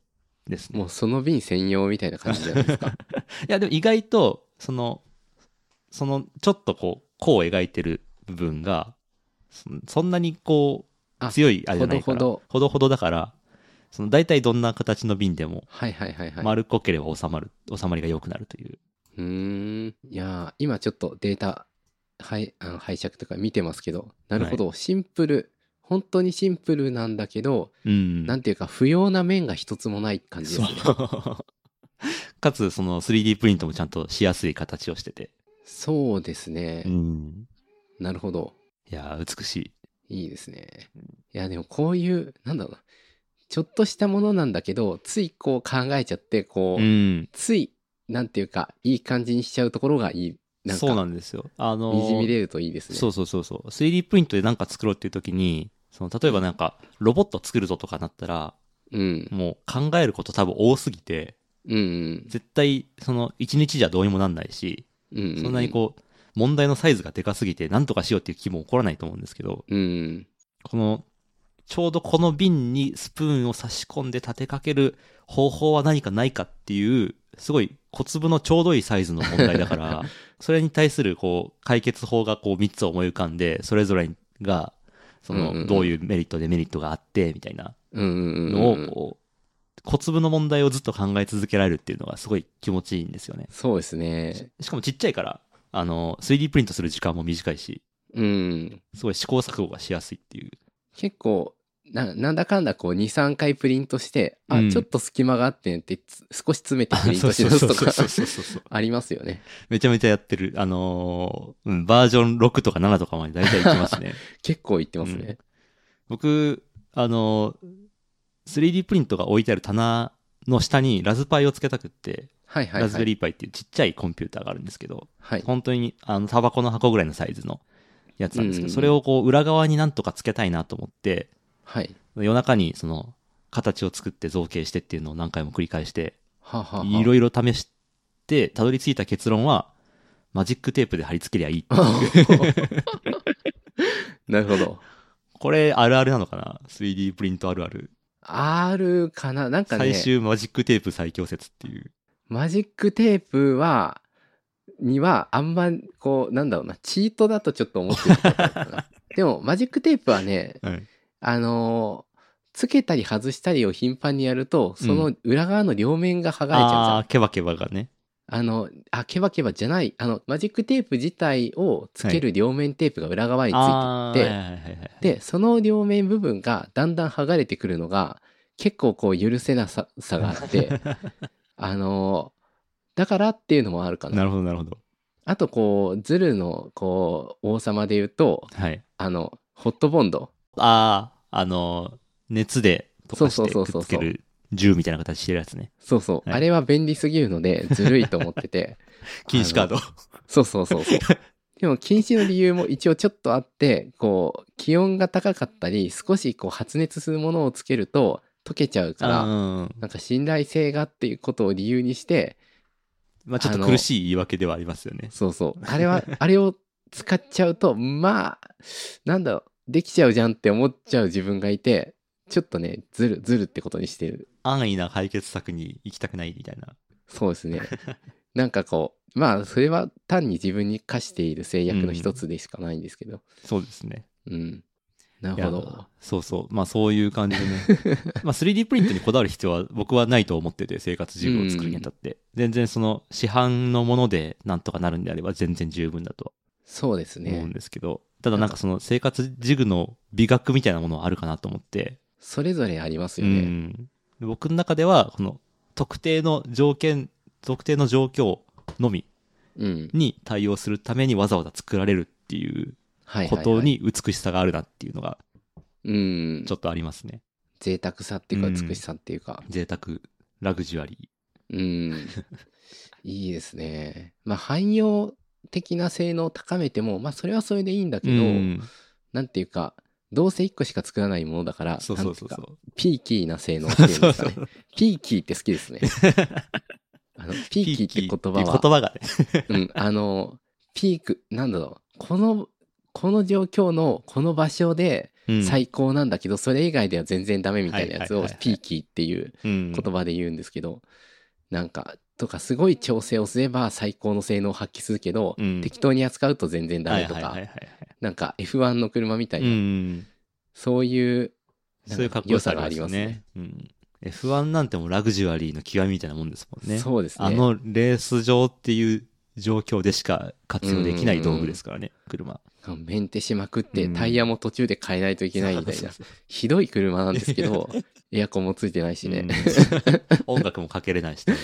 Speaker 1: です
Speaker 2: うん。も
Speaker 1: ね。
Speaker 2: うその瓶専用みたいな感じじゃないで
Speaker 1: (laughs)
Speaker 2: すか。
Speaker 1: いや、でも意外と、その、その、ちょっとこう、弧を描いてる部分が、そそんなにこう、
Speaker 2: あ
Speaker 1: 強いあれじゃないから、
Speaker 2: ほどほど
Speaker 1: ほどほどだから、その大体どんな形の瓶でも、
Speaker 2: はいはいはいはい。
Speaker 1: 丸っこければ収まる、収まりが良くなるという。
Speaker 2: うーん。いやー、今ちょっとデータ、はい、あの拝借とか見てますけど、なるほど、シンプル。本当にシンプルなんだけど、
Speaker 1: うん。
Speaker 2: なんていうか、不要な面が一つもない感じですね。
Speaker 1: そう (laughs) かつ、その 3D プリントもちゃんとしやすい形をしてて。
Speaker 2: そうですね。
Speaker 1: ん。
Speaker 2: なるほど。
Speaker 1: いやー、美しい。
Speaker 2: いいですね。いや、でもこういう、なんだろうな。ちょっとしたものなんだけど、ついこう考えちゃって、こう、
Speaker 1: うん。
Speaker 2: つい、なんていうか、いい感じにしちゃうところがいい。なん
Speaker 1: そうな
Speaker 2: か、
Speaker 1: んですよ。あのー
Speaker 2: にじみ出るといいですね。
Speaker 1: そうそうそうそう。3D プリントで何か作ろうっていう時に、その例えばなんか、ロボット作るぞとかなったら、
Speaker 2: うん。
Speaker 1: もう考えること多分多すぎて、
Speaker 2: うんうん。
Speaker 1: 絶対、その1日じゃどうにもなんないし、
Speaker 2: うんうん。
Speaker 1: そんなにこう、問題のサイズがでかすぎて、何とかしようっていう気も起こらないと思うんですけど、
Speaker 2: うん。うん。
Speaker 1: この、ちょうどこの瓶にスプーンを差し込んで立てかける方法は何かないかっていう、すごい小粒のちょうどいいサイズの問題だ
Speaker 2: (laughs)
Speaker 1: から、それに対するこう解決法がこう3つ思い浮かんで、それぞれが、そ
Speaker 2: うんうんう
Speaker 1: の
Speaker 2: ん
Speaker 1: どういうメリットデメリットがあって、みたいな
Speaker 2: うんうんうん。
Speaker 1: のをこう、小粒の問題をずっと考え続けられるっていうのがすごい気持ちいいんですよね。
Speaker 2: そうですね。
Speaker 1: しかもちっちゃいから、あの、3D プリントする時間も短いし、
Speaker 2: うん。
Speaker 1: すごい試行錯誤がしやすいっていう。
Speaker 2: 結構、ななんだかんだこう2、3回プリントして、あ、
Speaker 1: うん
Speaker 2: ちょっと隙間があってんって、つ少し詰めてプリントし直すとか、
Speaker 1: う (laughs) そう。
Speaker 2: (laughs) ありますよね。
Speaker 1: めちゃめちゃやってる。あのーうん、バージョン6とか7とかまで大体いきます
Speaker 2: (laughs)
Speaker 1: ね。
Speaker 2: 結構いってますね。
Speaker 1: 僕、あのー 3D プリントが置いてある棚の下にラズパイをつけたくって、
Speaker 2: はいはいはい。
Speaker 1: ラズベリーパイっていうちっちゃいコンピューターがあるんですけど、
Speaker 2: はい。
Speaker 1: 本当にあのタバコの箱ぐらいのサイズのやってたんですけど、
Speaker 2: うんうん
Speaker 1: それをこう裏側になんとかつけたいなと思って、
Speaker 2: はい。
Speaker 1: 夜中にその形を作って造形してっていうのを何回も繰り返して、
Speaker 2: はあはあはあ
Speaker 1: いろいろ試して、たどり着いた結論は、マジックテープで貼り付けりゃいいっていう。
Speaker 2: (laughs) なるほど。
Speaker 1: これあるあるなのかな ?3D プリントあるある。
Speaker 2: あるかななんかね、
Speaker 1: 最終マジックテープ最強説っていう。
Speaker 2: マジックテープは、にはあんま、こう、なんだろうな、チートだとちょっと思ってることがある
Speaker 1: (laughs)
Speaker 2: かなでも、マジックテープはね、
Speaker 1: はい。
Speaker 2: あのーつけたり外したりを頻繁にやると、その裏側の両面が剥がれちゃうじゃん
Speaker 1: ああー、ケバケバがね。
Speaker 2: あの、あ、ケバケバじゃない、あの、マジックテープ自体をつける両面テープが裏側につ
Speaker 1: あ
Speaker 2: い
Speaker 1: ー
Speaker 2: て
Speaker 1: は
Speaker 2: っ
Speaker 1: い
Speaker 2: て、
Speaker 1: はいはいはい。
Speaker 2: で、その両面部分がだんだん剥がれてくるのが、結構こう許せなささがあ
Speaker 1: (laughs)
Speaker 2: って、あの、だからっていうのもあるか
Speaker 1: な
Speaker 2: な。
Speaker 1: るほどなるほど。
Speaker 2: あとこう、ズルのこう、王様で言うと、
Speaker 1: はい。
Speaker 2: あの、ホットボンド。
Speaker 1: ああ、あの、熱で溶かして
Speaker 2: そう
Speaker 1: く
Speaker 2: そ
Speaker 1: っ
Speaker 2: うそうそう
Speaker 1: つける銃みたいな形してるやつね。
Speaker 2: そうそう。
Speaker 1: はい
Speaker 2: あれは便利すぎるので、ずるいと思ってて。
Speaker 1: 禁止カード。
Speaker 2: そうそうそ
Speaker 1: (laughs)
Speaker 2: うそう。でも禁止の理由も一応ちょっとあって、こう、気温が高かったり、少しこう発熱するものをつけると溶けちゃうか
Speaker 1: あ
Speaker 2: ら、
Speaker 1: ーうん
Speaker 2: なんか信頼性がっていうことを理由にして、
Speaker 1: まあちょっと
Speaker 2: あの
Speaker 1: 苦しい言い訳ではありますよね。
Speaker 2: そうそう。あ
Speaker 1: (laughs)
Speaker 2: れは、あれを使っちゃうと、まあ、なんだろう、できちゃうじゃんって思っちゃう自分がいて、ちょっとね、ずる、ずるってことにしてる。
Speaker 1: 安易な解決策に行きたくないみたいな。
Speaker 2: そうで
Speaker 1: (laughs)
Speaker 2: すね。なんかこう、まあ、それは単に自分に課している制約の一つでしかないんですけど。
Speaker 1: そうですね。
Speaker 2: うん。なるほ
Speaker 1: い
Speaker 2: ど
Speaker 1: や。そうそう。まあそういう感じでね。
Speaker 2: (laughs)
Speaker 1: まあ 3D プリントにこだわる必要は僕はないと思ってて、生活ジムを作るにあたって。全然その市販のものでなんとかなるんであれば全然十分だと
Speaker 2: そうですね。
Speaker 1: 思うんですけど、ただなんかその生活ジグの美学みたいなものはあるかなと思って、
Speaker 2: それぞれありますよ
Speaker 1: う
Speaker 2: ね。
Speaker 1: ん、で僕の中ではこの特定の条件特定の状況のみ
Speaker 2: うん。
Speaker 1: に対応するためにわざわざ作られるっていう
Speaker 2: はいはいはい、
Speaker 1: ことに美しさがあるなっていうのが
Speaker 2: うん。
Speaker 1: ちょっとありますね
Speaker 2: 贅沢さっていう
Speaker 1: う
Speaker 2: か、
Speaker 1: ん
Speaker 2: 美しさっていうか。
Speaker 1: 贅沢ラグジュアリー
Speaker 2: うん。いいですね。まあ、汎用的な性能を高めても、まあ、それはそれでいいんだけど、
Speaker 1: うん
Speaker 2: なんていうか、どうせ1個しか作らないものだから、
Speaker 1: そうそうそう
Speaker 2: なんてい
Speaker 1: そう
Speaker 2: か
Speaker 1: う
Speaker 2: ピーキーな性能っていうんですかね。
Speaker 1: そう
Speaker 2: ピーキーって好
Speaker 1: (laughs)
Speaker 2: きですね。あのピーキーって
Speaker 1: ピーキー
Speaker 2: 言葉
Speaker 1: っ
Speaker 2: は
Speaker 1: て、言葉がね
Speaker 2: うん、あの、ピーク、なんだろう、この、この状況の、この場所で、
Speaker 1: うん
Speaker 2: 最高なんだけど、それ以外では全然ダメみたいなやつ
Speaker 1: はいは
Speaker 2: を
Speaker 1: いはいはい
Speaker 2: ピーキーっていう
Speaker 1: うん
Speaker 2: 言葉で言うんですけど、なんか、とかすごい調整をすれば最高の性能を発揮するけど、
Speaker 1: うん
Speaker 2: 適当に扱うと全然ダメと
Speaker 1: はいはいはい
Speaker 2: か、
Speaker 1: はいはい
Speaker 2: なんか F1 の車みたいうな、
Speaker 1: ん
Speaker 2: そういう、なん
Speaker 1: そういうかっこよさがあります
Speaker 2: 良さがあり
Speaker 1: ねうん、F1 なんてもうラグジュアリーの極みみたいなもんですもんね
Speaker 2: そうですね。
Speaker 1: あのレース場っていう状況でしか活用できない道具ですからね、車。
Speaker 2: メンテしまくって、
Speaker 1: うん
Speaker 2: タイヤも途中で変えないといけないみたい
Speaker 1: そう
Speaker 2: な
Speaker 1: そうそう
Speaker 2: ひどい車なんです
Speaker 1: (laughs)
Speaker 2: けどエアコンもついてないしね、
Speaker 1: うん (laughs) 音楽もかけれないしね、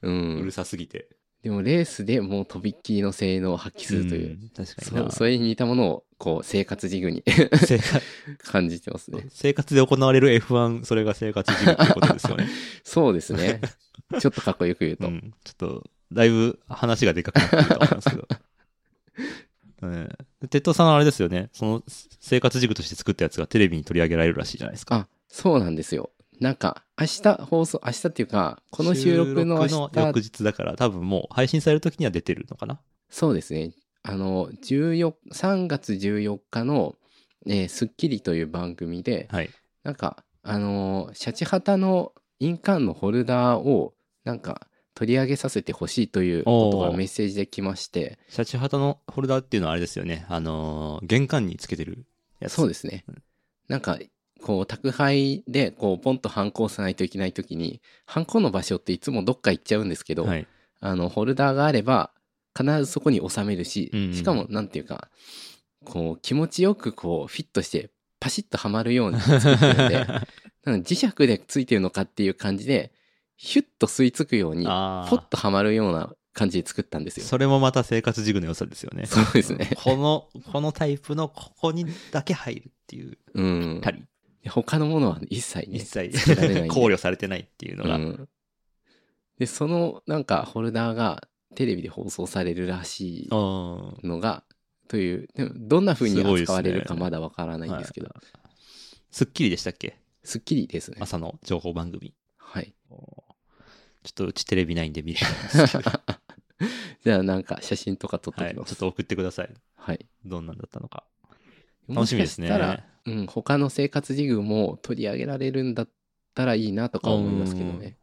Speaker 2: うん
Speaker 1: うるさすぎて。
Speaker 2: でもレースでもうとびっきりの性能を発揮するという、
Speaker 1: ん確かに
Speaker 2: そ
Speaker 1: な
Speaker 2: うそれに似たものをこう生活事具に
Speaker 1: 生活。
Speaker 2: 感じてます
Speaker 1: (laughs)
Speaker 2: ね
Speaker 1: 生活で行われる F1、それが生活事業ってことですよね。
Speaker 2: そうで
Speaker 1: (laughs)
Speaker 2: すねちょっとかっこよく言う
Speaker 1: う
Speaker 2: と、
Speaker 1: ん、ちょっと、だいぶ話がでかくなってると思いますけど。
Speaker 2: (laughs)
Speaker 1: うん、鉄塔さんはあれですよね。その生活軸として作ったやつがテレビに取り上げられるらしいじゃないですか。
Speaker 2: あそうなんですよなんか明日放送明日っていうかこの収録の明
Speaker 1: 収録
Speaker 2: 日
Speaker 1: の翌日だから、多分もう配信される時には出てるのかな。
Speaker 2: そうですねあの14 3月14日のえースッキリ」という番組で、
Speaker 1: はい。
Speaker 2: なんか、あのーシャチハタの印鑑のホルダーを、なんか、取り上げさせてほしいということ
Speaker 1: お
Speaker 2: が
Speaker 1: ー
Speaker 2: メッセージで来まして、
Speaker 1: シャチハタのホルダーっていうのはあれですよね。あのー玄関につけてるやつ。。
Speaker 2: そうですすね
Speaker 1: うん。
Speaker 2: なんか、こう、宅配で、こう、ポンとハンコを押さないといけないときに、ハンコの場所っていつもどっか行っちゃうんですけど、
Speaker 1: はい。
Speaker 2: あの、ホルダーがあれば、必ずそこに収めるし
Speaker 1: うんうん、
Speaker 2: しかも、なんていうか、こう、気持ちよく、こう、フィットして、パシッとはまるように作ってる
Speaker 1: (laughs)
Speaker 2: ので、なんか磁石でついてるのかっていう感じで、ヒュッと吸い付くように、
Speaker 1: あ
Speaker 2: ポッ
Speaker 1: ー
Speaker 2: とはまるような感じで作ったんですよ。
Speaker 1: それもまた生活ジグの良さですよね。
Speaker 2: そうですね
Speaker 1: この、このタイプのここにだけ入るっていう、
Speaker 2: うん。
Speaker 1: たり、
Speaker 2: 他のものは一切ね、
Speaker 1: 一切
Speaker 2: つけられないんで。
Speaker 1: 考慮されてないっていうのが。
Speaker 2: うんで、そのなんかホルダーがテレビで放送されるら
Speaker 1: う
Speaker 2: しい
Speaker 1: ん
Speaker 2: のが、という、でもどんな風に
Speaker 1: すごいです
Speaker 2: 扱
Speaker 1: ね
Speaker 2: われるかまだわからないんですけど、
Speaker 1: はいスッキリでしたっけ
Speaker 2: すっきりですね。
Speaker 1: 朝の情報番組。
Speaker 2: はい。
Speaker 1: ちょっとうちテレビないんで見れないん
Speaker 2: (laughs)
Speaker 1: ですけど、
Speaker 2: じゃあなんか写真とか撮っ
Speaker 1: はい、
Speaker 2: てき
Speaker 1: ちょ
Speaker 2: ま
Speaker 1: っ
Speaker 2: す。
Speaker 1: と送ってください。
Speaker 2: はい。
Speaker 1: どんなんだったのか。楽しみですね。
Speaker 2: もしかしたらうん、他の生活事具も取り上げられるんだったらいいなとか思いますけどね。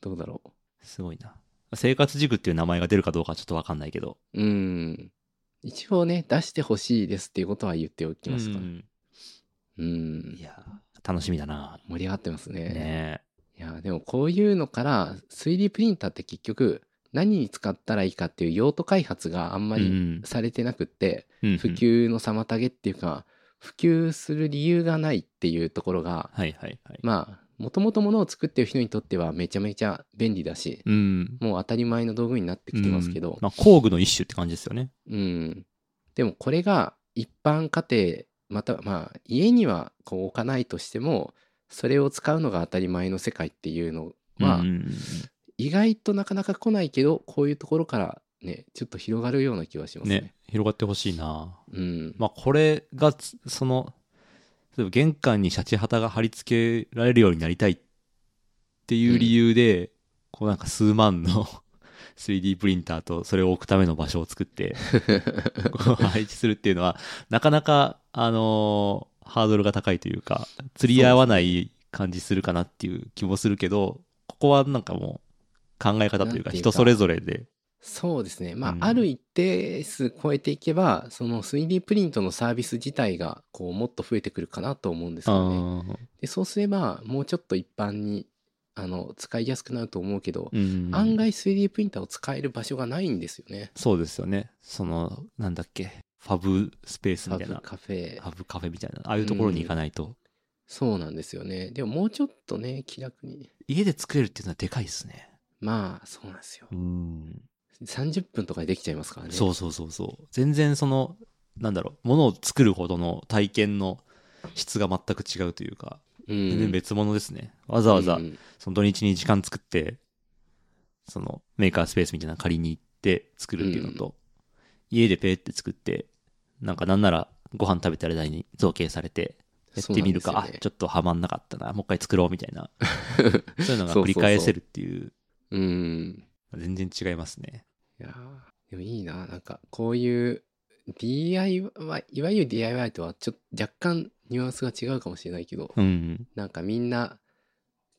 Speaker 2: どうだろ
Speaker 1: すごいな。生活軸っていう名前が出るかどうかちょっとわかんないけど。
Speaker 2: う。うん。一応ね、出してほしいですっていうことは言っておきますか
Speaker 1: う
Speaker 2: ら。
Speaker 1: ん
Speaker 2: うん
Speaker 1: い。やー、楽しみだな。
Speaker 2: 盛り上がってますね。
Speaker 1: ね
Speaker 2: いや、でもこういうのから、3D プリンターって結局、何に使ったらいいかっていう用途開発があんま
Speaker 1: う
Speaker 2: り
Speaker 1: ん
Speaker 2: されてなくって、
Speaker 1: うん
Speaker 2: 普及の妨げっていうか、普及する理由がないっていうところが、
Speaker 1: はいはいはい。
Speaker 2: まあ、もともとものを作ってる人にとってはめちゃめちゃ便利だし、
Speaker 1: うん。
Speaker 2: もう当たり前の道具になってきてますけ
Speaker 1: うん
Speaker 2: ど、
Speaker 1: まあ、工具の一種って感じですよね。
Speaker 2: うん。でもこれが一般家庭、またはまあ、家にはこう置かないとしても、それを使うのが当たり前の世界っていうのは、
Speaker 1: うんうん
Speaker 2: 意外となかなか来ないけどこういうところからねちょっと広がるような気はしま
Speaker 1: うん
Speaker 2: すね
Speaker 1: ね、広がってほしいな。
Speaker 2: うん、
Speaker 1: まあ、これがつ、その、例えば玄関にシャチハタが貼り付けられるようになりたいっていう理由で、こうなんか数万の 3D プリンターとそれを置くための場所を作って、こう配置するっていうのは、なかなか、あのーハードルが高いというか、釣り合わない感じするかなっていう気もするけど、ここはなんかもう考え方というか
Speaker 2: なんていう
Speaker 1: 人
Speaker 2: か
Speaker 1: それぞれで、
Speaker 2: そうですねまあ、
Speaker 1: うん
Speaker 2: ある一定数超えていけばその 3D プリントのサービス自体がこうもっと増えてくるかなと思うんですよねでそうすればもうちょっと一般にあの使いやすくなると思うけど、
Speaker 1: うん
Speaker 2: 案外 3D プリンターを使える場所がないんですよね
Speaker 1: そうですよね。その、なんだっけ、ファブスペース
Speaker 2: サ
Speaker 1: みたい
Speaker 2: ブ
Speaker 1: な、
Speaker 2: カフェ
Speaker 1: ファブカフェみたいな、ああいうところに行かないと。
Speaker 2: そうなんですよねでももうちょっとね気楽に
Speaker 1: 家で作れるっていうのはでかいですね。
Speaker 2: まあそうなんですよ
Speaker 1: うん。
Speaker 2: 30分とかでできちゃいますからね
Speaker 1: そうそうそうそう。全然その、なんだろう、ものを作るほどの体験の質が全く違うというか、
Speaker 2: うん、
Speaker 1: 全然別物ですね。わざわざ
Speaker 2: う、ん
Speaker 1: その土日に時間作って、そのメーカースペースみたいなの借りに行って作るっていうのと、家でペーって作って、なんかなんならご飯食べてる間に造形されて、やってみるか、
Speaker 2: そうなん
Speaker 1: あ
Speaker 2: ですよね
Speaker 1: ちょっとはまんなかったな、もう一回作ろうみたい
Speaker 2: (laughs)
Speaker 1: な、そういうのが
Speaker 2: そうそうそう
Speaker 1: 繰り返せるっていう、
Speaker 2: うん。
Speaker 1: 全然違いますね。
Speaker 2: いやーでもいいな。なんか、こういう DIY、いわゆる DIY とはちょっと若干ニュアンスが違うかもしれないけど、
Speaker 1: うん。
Speaker 2: なんかみんな、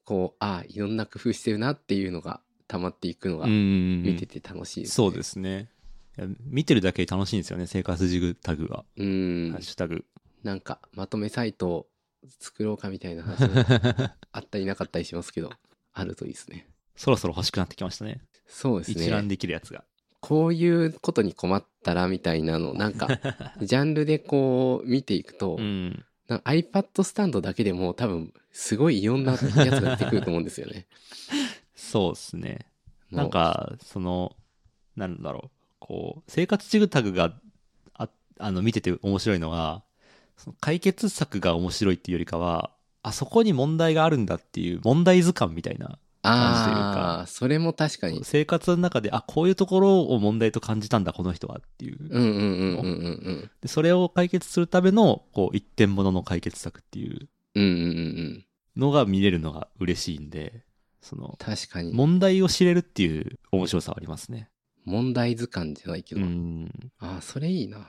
Speaker 2: こう、ああ、いろんな工夫してるなっていうのが溜まっていくのが
Speaker 1: うん
Speaker 2: 見てて楽しいです、ね。
Speaker 1: そうですすね。いや見てるだけで楽しいんですよね、生活ジグタグは。
Speaker 2: うん
Speaker 1: ハッ。シュタグ。 (laughs)
Speaker 2: なんか、まとめサイトを作ろうかみたいな話もあったりなかったりしますけど、あるといいですね。
Speaker 1: そろそろ欲しくなってきましたね。
Speaker 2: そうですね。
Speaker 1: 一覧できるやつが。
Speaker 2: こういうことに困ったらみたいなの、なん
Speaker 1: (laughs)
Speaker 2: か、ジャンルでこう見ていくと、
Speaker 1: うん。
Speaker 2: なんか iPad スタンドだけでも多分すごいいろんなやつが出てくると思うんですよね。
Speaker 1: そうですね。
Speaker 2: もう
Speaker 1: (laughs) なん、か、その、なんだろう、こう、生活ジグタグが、あ、あの、見てて面白いのが、その解決策が面白いっていうよりかは、あそこに問題があるんだっていう問題図鑑みたいな。感じというか
Speaker 2: ああ、それも確かに。
Speaker 1: 生活の中で、あ、こういうところを問題と感じたんだ、この人はっていう。
Speaker 2: うんうんうんうんうん
Speaker 1: でそれを解決するための、こう、一点物の解決策っていう
Speaker 2: うん。うんうんうんうん。
Speaker 1: のが見れるのが嬉しいんで、その、
Speaker 2: 確かに。
Speaker 1: 問題を知れるっていう面白さはありますね。
Speaker 2: 問題図鑑じゃないけ
Speaker 1: う
Speaker 2: ど。
Speaker 1: ん。
Speaker 2: ああ、それいいな。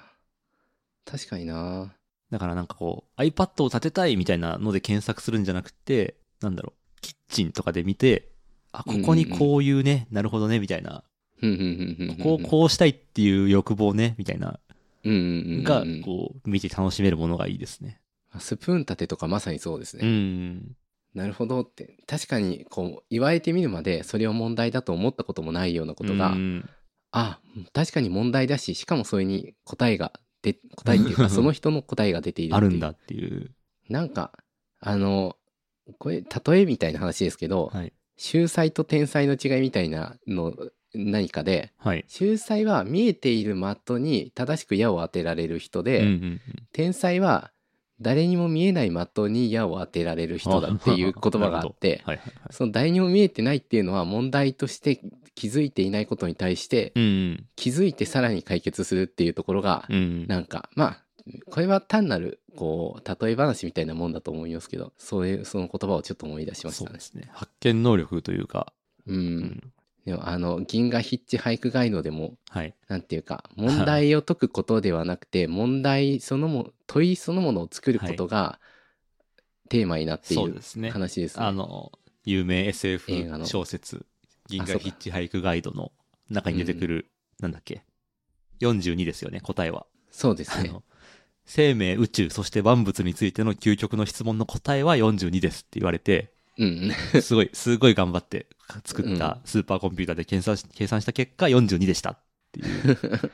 Speaker 2: 確かにな。
Speaker 1: だからなんかこう、iPad を立てたいみたいなので検索するんじゃなくて、なんだろう、キッチンとかで見て、あ、ここにこういうね、なるほどね、みたいな、
Speaker 2: ふんふんふんふんふん
Speaker 1: こう、こうしたいっていう欲望ね、みたいな、
Speaker 2: うんうんうんうん。
Speaker 1: が、こう、見て楽しめるものがいいですね。
Speaker 2: スプーン立てとかまさにそうです
Speaker 1: う
Speaker 2: ね。
Speaker 1: ん。
Speaker 2: なるほどって。確かに、こう、言われてみるまでそれを問題だと思ったこともないようなことが
Speaker 1: う、ん
Speaker 2: あ確かに問題だししかもそれに答えがで答えっていうかその人の答えが出ているっ
Speaker 1: あ
Speaker 2: て
Speaker 1: る
Speaker 2: いうん
Speaker 1: だっていう。
Speaker 2: なんかあのこれ例えみたいな話ですけど、
Speaker 1: はい。
Speaker 2: 秀才と天才の違いみたいなの何かで
Speaker 1: はい。
Speaker 2: 秀才は見えている的に正しく矢を当てられる人で、
Speaker 1: うんうんうん
Speaker 2: 天才は誰にも見えない的に矢を当てられる人だっていう言葉があって
Speaker 1: はいはいはい。
Speaker 2: その誰にも見えてないっていうのは問題として気づいていないことに対して、
Speaker 1: うん
Speaker 2: 気づいてさらに解決するっていうところが、
Speaker 1: うん
Speaker 2: なんか、まあ、これは単なる、こう、例え話みたいなもんだと思いますけど、そういう、その言葉をちょっと思い出しまし
Speaker 1: そう
Speaker 2: たね
Speaker 1: で。すね発見能力というか、
Speaker 2: う。
Speaker 1: うん
Speaker 2: でも、あの、銀河ヒッチハイクガイドでも、
Speaker 1: はい
Speaker 2: なんていうか、問題を解くことではなくて、問題そのも、問いそのものを作ることが、テーマになってい
Speaker 1: そう
Speaker 2: る
Speaker 1: ですね
Speaker 2: 話ですね。
Speaker 1: あの有名 SF
Speaker 2: 映画の
Speaker 1: 小説「銀
Speaker 2: あそ
Speaker 1: 河
Speaker 2: うだ
Speaker 1: ヒッチハイクガイド」の中に出てくる、なんだっけ42ですよね答えは、
Speaker 2: そうです
Speaker 1: あ
Speaker 2: ね。
Speaker 1: の生命宇宙そして万物についての究極の質問の答えは42ですって言われて
Speaker 2: うん。
Speaker 1: すごい (laughs) すごい頑張って作ったスーパーコンピューターで計算し計算した結果42でしたって
Speaker 2: (laughs)
Speaker 1: いう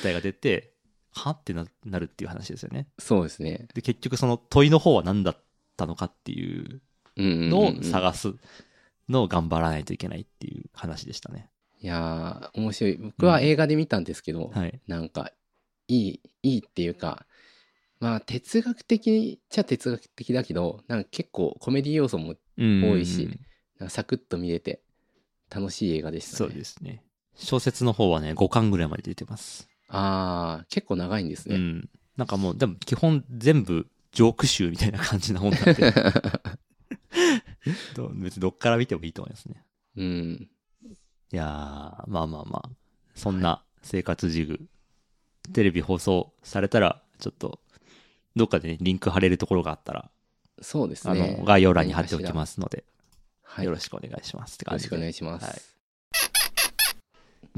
Speaker 1: 答えが出てはってななるっていう話ですよね
Speaker 2: そうですね。
Speaker 1: で結局その問いの方は何だったのかっていう
Speaker 2: うんうんうん
Speaker 1: のを探すのを頑張らないといけないっていう話でしたね。
Speaker 2: いやー、面白い。僕は映画で見たんですけど、
Speaker 1: はい。
Speaker 2: なんか、いい、いいっていうか、まあ、哲学的っちゃ哲学的だけど、なんか結構コメディ要素も多いし
Speaker 1: うん、
Speaker 2: なんかサクッと見れて、楽しい映画でした
Speaker 1: そ
Speaker 2: ね。
Speaker 1: うですね。小説の方はね、5巻ぐらいまで出てます。
Speaker 2: ああ、結構長いんです
Speaker 1: う
Speaker 2: ね。
Speaker 1: ん。なんかもう、でも基本全部ジョーク集みたいな感じな本 (laughs) なんで、ど別にどっから見てもいいと思いますね。
Speaker 2: うん。
Speaker 1: いやー、まあまあまあ、そんな生活ジグ、テレビ放送されたら、ちょっと、どっかでね、リンク貼れるところがあったら、
Speaker 2: そうです
Speaker 1: あ
Speaker 2: ね
Speaker 1: の、。概要欄に貼っておきますので、
Speaker 2: はい。
Speaker 1: よ
Speaker 2: よ
Speaker 1: ろ
Speaker 2: ろ
Speaker 1: しくお願いしますって感じ
Speaker 2: しくお
Speaker 1: で
Speaker 2: 願いしま
Speaker 1: はい
Speaker 2: す。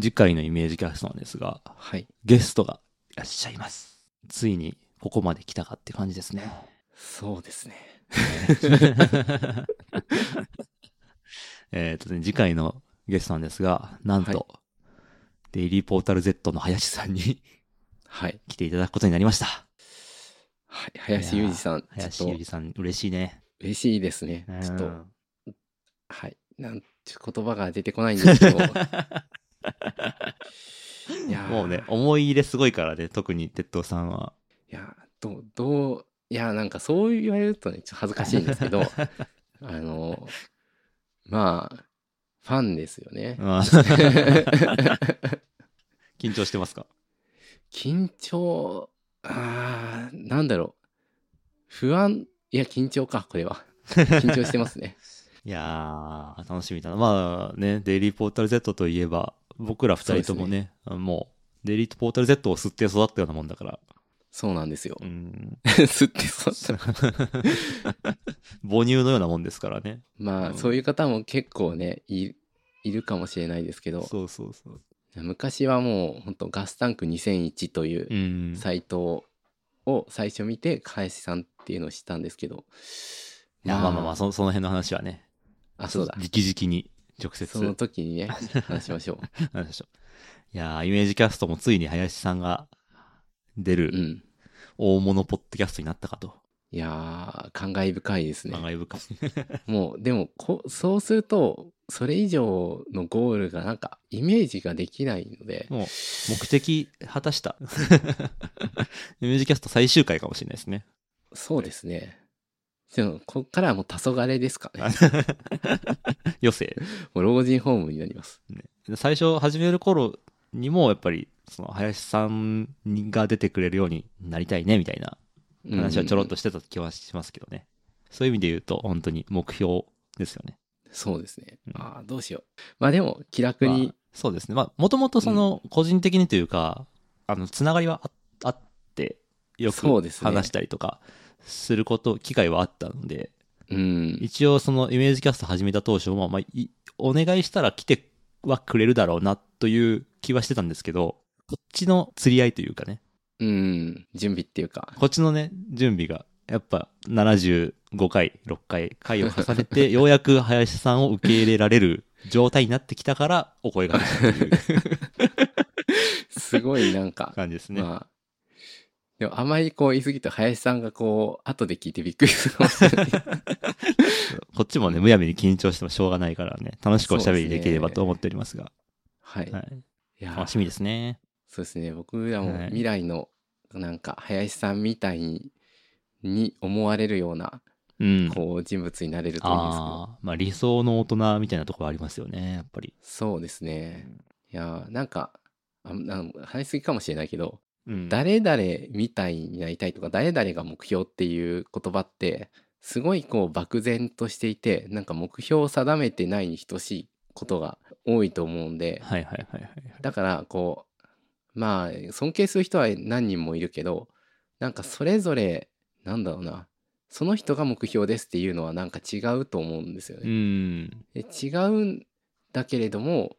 Speaker 1: 次回のイメージキャストなんですが、
Speaker 2: はい。
Speaker 1: ゲストがいらっしゃいます。ついにここまで来たかって感じですね。
Speaker 2: そうですね。
Speaker 1: えっとね、次回のゲストなんですが、なんと、デイリーポータル Z の林さんに (laughs)
Speaker 2: はい。
Speaker 1: 来ていただくことになりました。
Speaker 2: はい林裕二さん、ち
Speaker 1: 林
Speaker 2: ょ
Speaker 1: ゆ
Speaker 2: っ
Speaker 1: り
Speaker 2: と
Speaker 1: さん、嬉しいね。
Speaker 2: 嬉しいですね。ちょっ
Speaker 1: う
Speaker 2: と、
Speaker 1: ん
Speaker 2: はい。なんちょ言葉が出てこないんです
Speaker 1: (laughs)
Speaker 2: けど。いやー
Speaker 1: もうね、思い入れすごいからね、特に鉄道さんは。
Speaker 2: いや、どう、どう、いや、なんかそう言われるとね、ちょっと恥ずかしいんです
Speaker 1: (laughs)
Speaker 2: けど、あの、まあ、ファンですよね。
Speaker 1: うん (laughs) 緊張してますか
Speaker 2: 緊張、あー、なんだろう。不安、いや、緊張か、これは。緊張してます
Speaker 1: (laughs)
Speaker 2: ね。
Speaker 1: いやー、楽しみだな。まあね、デイリーポータル Z といえば、僕ら二人ともね、もう、デイリーポータル Z を吸って育ったようなもんだから。
Speaker 2: そうなんですよ (laughs)
Speaker 1: う。ん。
Speaker 2: 吸ってそう
Speaker 1: 母乳のようなもんですからね。
Speaker 2: ま
Speaker 1: う
Speaker 2: あ、
Speaker 1: ん
Speaker 2: そういう方も結構ね、いいるかもしれないですけど、
Speaker 1: そうそうそう。
Speaker 2: 昔はもう、本当ガスタンク2001という
Speaker 1: う、ん。
Speaker 2: サイトを最初見て林さんっていうのを知ったんですけど
Speaker 1: いやまあまあまあそ、その辺の話はね、
Speaker 2: あそうだ
Speaker 1: 直々に直接
Speaker 2: その時
Speaker 1: (laughs)
Speaker 2: にね話しましょ
Speaker 1: 話しましょう。いやー、イメージキャストもついに林さんが出
Speaker 2: うう
Speaker 1: る
Speaker 2: ん
Speaker 1: 大物ポッドキャストになったかと。
Speaker 2: いやー感慨深いですね
Speaker 1: 感慨深い。
Speaker 2: もうでもこそうするとそれ以上のゴールがなんかイメージができないので
Speaker 1: もう、目的果たした。 (laughs) イメージキャスト最終回かもしれないですね。 (laughs)
Speaker 2: そうですねでもこっからはもう黄昏ですかね
Speaker 1: 余生。
Speaker 2: もう老人ホームになります
Speaker 1: 最初始める頃にも、やっぱり、その、林さんが出てくれるようになりたいね、みたいな話はちょろっと
Speaker 2: うん
Speaker 1: してた気はしますけどね。そういう意味で言うと、本当に目標ですよね。
Speaker 2: そうですね
Speaker 1: うん
Speaker 2: ああどうしようまあでも気楽
Speaker 1: ま
Speaker 2: に
Speaker 1: あそうですね。まあ、もともとその、個人的にというか、あの、つながりはああって、よく
Speaker 2: そうですね
Speaker 1: 話したりとか、すること、機会はあったので、
Speaker 2: うん
Speaker 1: 一応そのイメージキャスト始めた当初も、まあ、いお願いしたら来てはくれるだろうなという気はしてたんですけど、こっちの釣り合いというかね、
Speaker 2: うん準備っていう
Speaker 1: (laughs)
Speaker 2: か
Speaker 1: こっちのね、準備が、やっぱ75回、6回、回を重ねて、ようやく林さんを受け入れられる状態になってきたから、お声がけしたという
Speaker 2: すごいなんか、
Speaker 1: 感じです (laughs) ね。
Speaker 2: (laughs) まあ、でもあまりこう言い過ぎて林さんがこう、後で聞いてびっくりする
Speaker 1: (laughs)
Speaker 2: かもしれない。
Speaker 1: こっちもね、むやみに緊張してもしょうがないからね、楽しくおしゃべりできればと思っておりますが、
Speaker 2: はい。
Speaker 1: はい、
Speaker 2: いや
Speaker 1: 楽しみですね。
Speaker 2: そうですね。僕らも
Speaker 1: はい
Speaker 2: 未来の、なんか林さんみたいに思われるような
Speaker 1: うん。
Speaker 2: こう人物になれると思うんですけど
Speaker 1: ああ、まあ理想の大人みたいなところありますよね、やっぱり。
Speaker 2: そうですねいやーなんかあなん話しすぎかもしれないけど
Speaker 1: うん。
Speaker 2: 誰々みたいになりたいとか誰々が目標っていう言葉ってすごいこう漠然としていてなんか目標を定めてないに等しいことが多いと思うんで
Speaker 1: はいはいはいはい。
Speaker 2: だからこうまあ尊敬する人は何人もいるけどなんかそれぞれなんだろうなその人が目標ですっていうのはなんか違うと思うんですよ
Speaker 1: う
Speaker 2: ね。
Speaker 1: ん。
Speaker 2: で違うんだけれども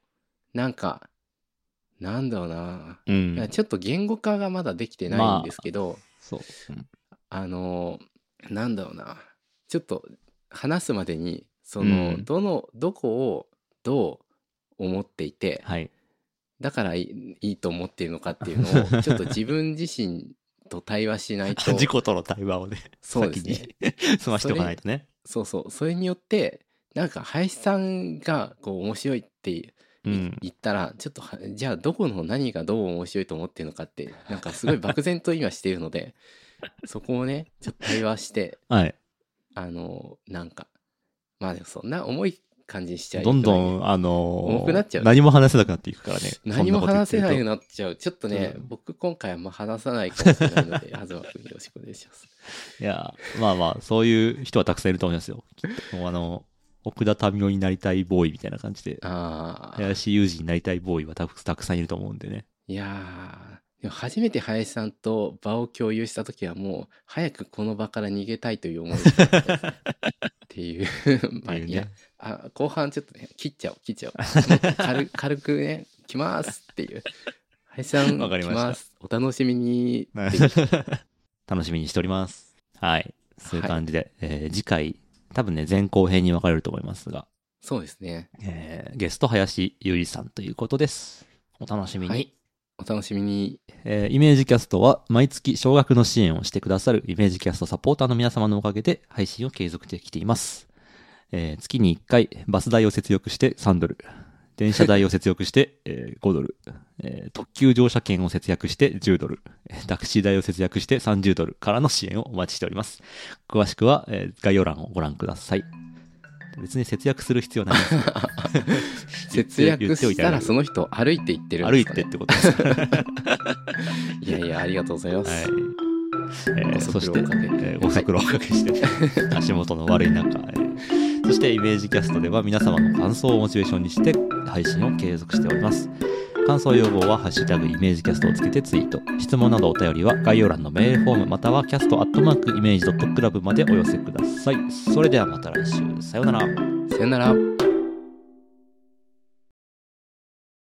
Speaker 2: なんかなんだろうな
Speaker 1: うん。
Speaker 2: ちょっと言語化がまだできてないんですけど、
Speaker 1: そう。うん
Speaker 2: あ、のなんだろうなちょっと話すまでにそ
Speaker 1: う
Speaker 2: の、
Speaker 1: ん
Speaker 2: どのどこをどう思っていて
Speaker 1: はい。
Speaker 2: だからいいいいと思っているのかってい
Speaker 1: (laughs)
Speaker 2: うのをちょっと自分自身と対話しないと
Speaker 1: 自己との対話をね、
Speaker 2: そうですね
Speaker 1: 先に (laughs) 済ましておかないとね。
Speaker 2: そうそうそれによってなんか林さんがこう面白いって
Speaker 1: う
Speaker 2: い
Speaker 1: ん。
Speaker 2: 言ったらちょっとはじゃあどこの何がどう面白いと思ってるのかってなんかすごい漠然と今しているので (laughs) そこをねちょっと対話して
Speaker 1: はい。
Speaker 2: あのなんかまあでもそんな重い感じにしちゃいけ
Speaker 1: ど
Speaker 2: ない
Speaker 1: んどん、あのー
Speaker 2: 重くなっちゃう
Speaker 1: 何も話せなくなっていくからね。
Speaker 2: 何も話せな
Speaker 1: そ
Speaker 2: い
Speaker 1: んこ
Speaker 2: なっちゃうちょっとね、
Speaker 1: うん
Speaker 2: 僕今回あんま話さないかもしれない
Speaker 1: (laughs)
Speaker 2: ので東君よろしくお願いします
Speaker 1: と言ってるといや、まあまあ、そういう人はたくさんいると思いますよ。きっとあの、奥田民生になりたいボーイみたいな感じで、
Speaker 2: ああ
Speaker 1: 林裕二になりたいボーイはたくたくさんいると思うんでね。
Speaker 2: いやーでも初めて林さんと場を共有した時はもう早くこの場から逃げたいという思いだったですねっていう (laughs) ま
Speaker 1: っ
Speaker 2: あ
Speaker 1: ていう
Speaker 2: い
Speaker 1: ね
Speaker 2: やあ後半ちょっとね切っちゃおう切っちゃおうも
Speaker 1: (laughs)
Speaker 2: う軽軽くね来ますっていう林さん
Speaker 1: わかり
Speaker 2: 来
Speaker 1: ました
Speaker 2: ますお楽しみにっていう
Speaker 1: 楽しみにしております。はい。そういう感じで、えー次回、多分ね、前後編に分かれると思いますが、
Speaker 2: そうですね
Speaker 1: えーゲスト林ゆりさんということです。お楽しみに。
Speaker 2: はいお楽しみに
Speaker 1: えーイメージキャストは毎月少額の支援をしてくださるイメージキャストサポーターの皆様のおかげで配信を継続できています。えー月に1回バス代を節約して3ドル、電車代を節約して、えー5ドル、えー特急乗車券を節約して10ドル、えータクシー代を節約して30ドルからの支援をお待ちしております。詳しくは、えー概要欄をご覧ください。別に節約する必要はないです。 (laughs)
Speaker 2: 節約したらその人歩いていってるん
Speaker 1: 歩
Speaker 2: で
Speaker 1: い
Speaker 2: すか
Speaker 1: て
Speaker 2: ね、
Speaker 1: ってことです。はい
Speaker 2: いやいやありがとうございます、
Speaker 1: えー
Speaker 2: ご
Speaker 1: そ
Speaker 2: 足
Speaker 1: し
Speaker 2: 労
Speaker 1: て
Speaker 2: をおかけ、て
Speaker 1: えーご足労をおかけ
Speaker 2: (laughs)
Speaker 1: して、足元の悪い中、えーそしてイメージキャストでは皆様の感想をモチベーションにして配信を継続しております。感想要望は「ハッシュタグイメージキャスト」をつけてツイート質問などお便りは概要欄のメールフォームまたはキャストアットマークイメージドットクラブまでお寄せくださいそれではまた来週さようなら
Speaker 2: さよなら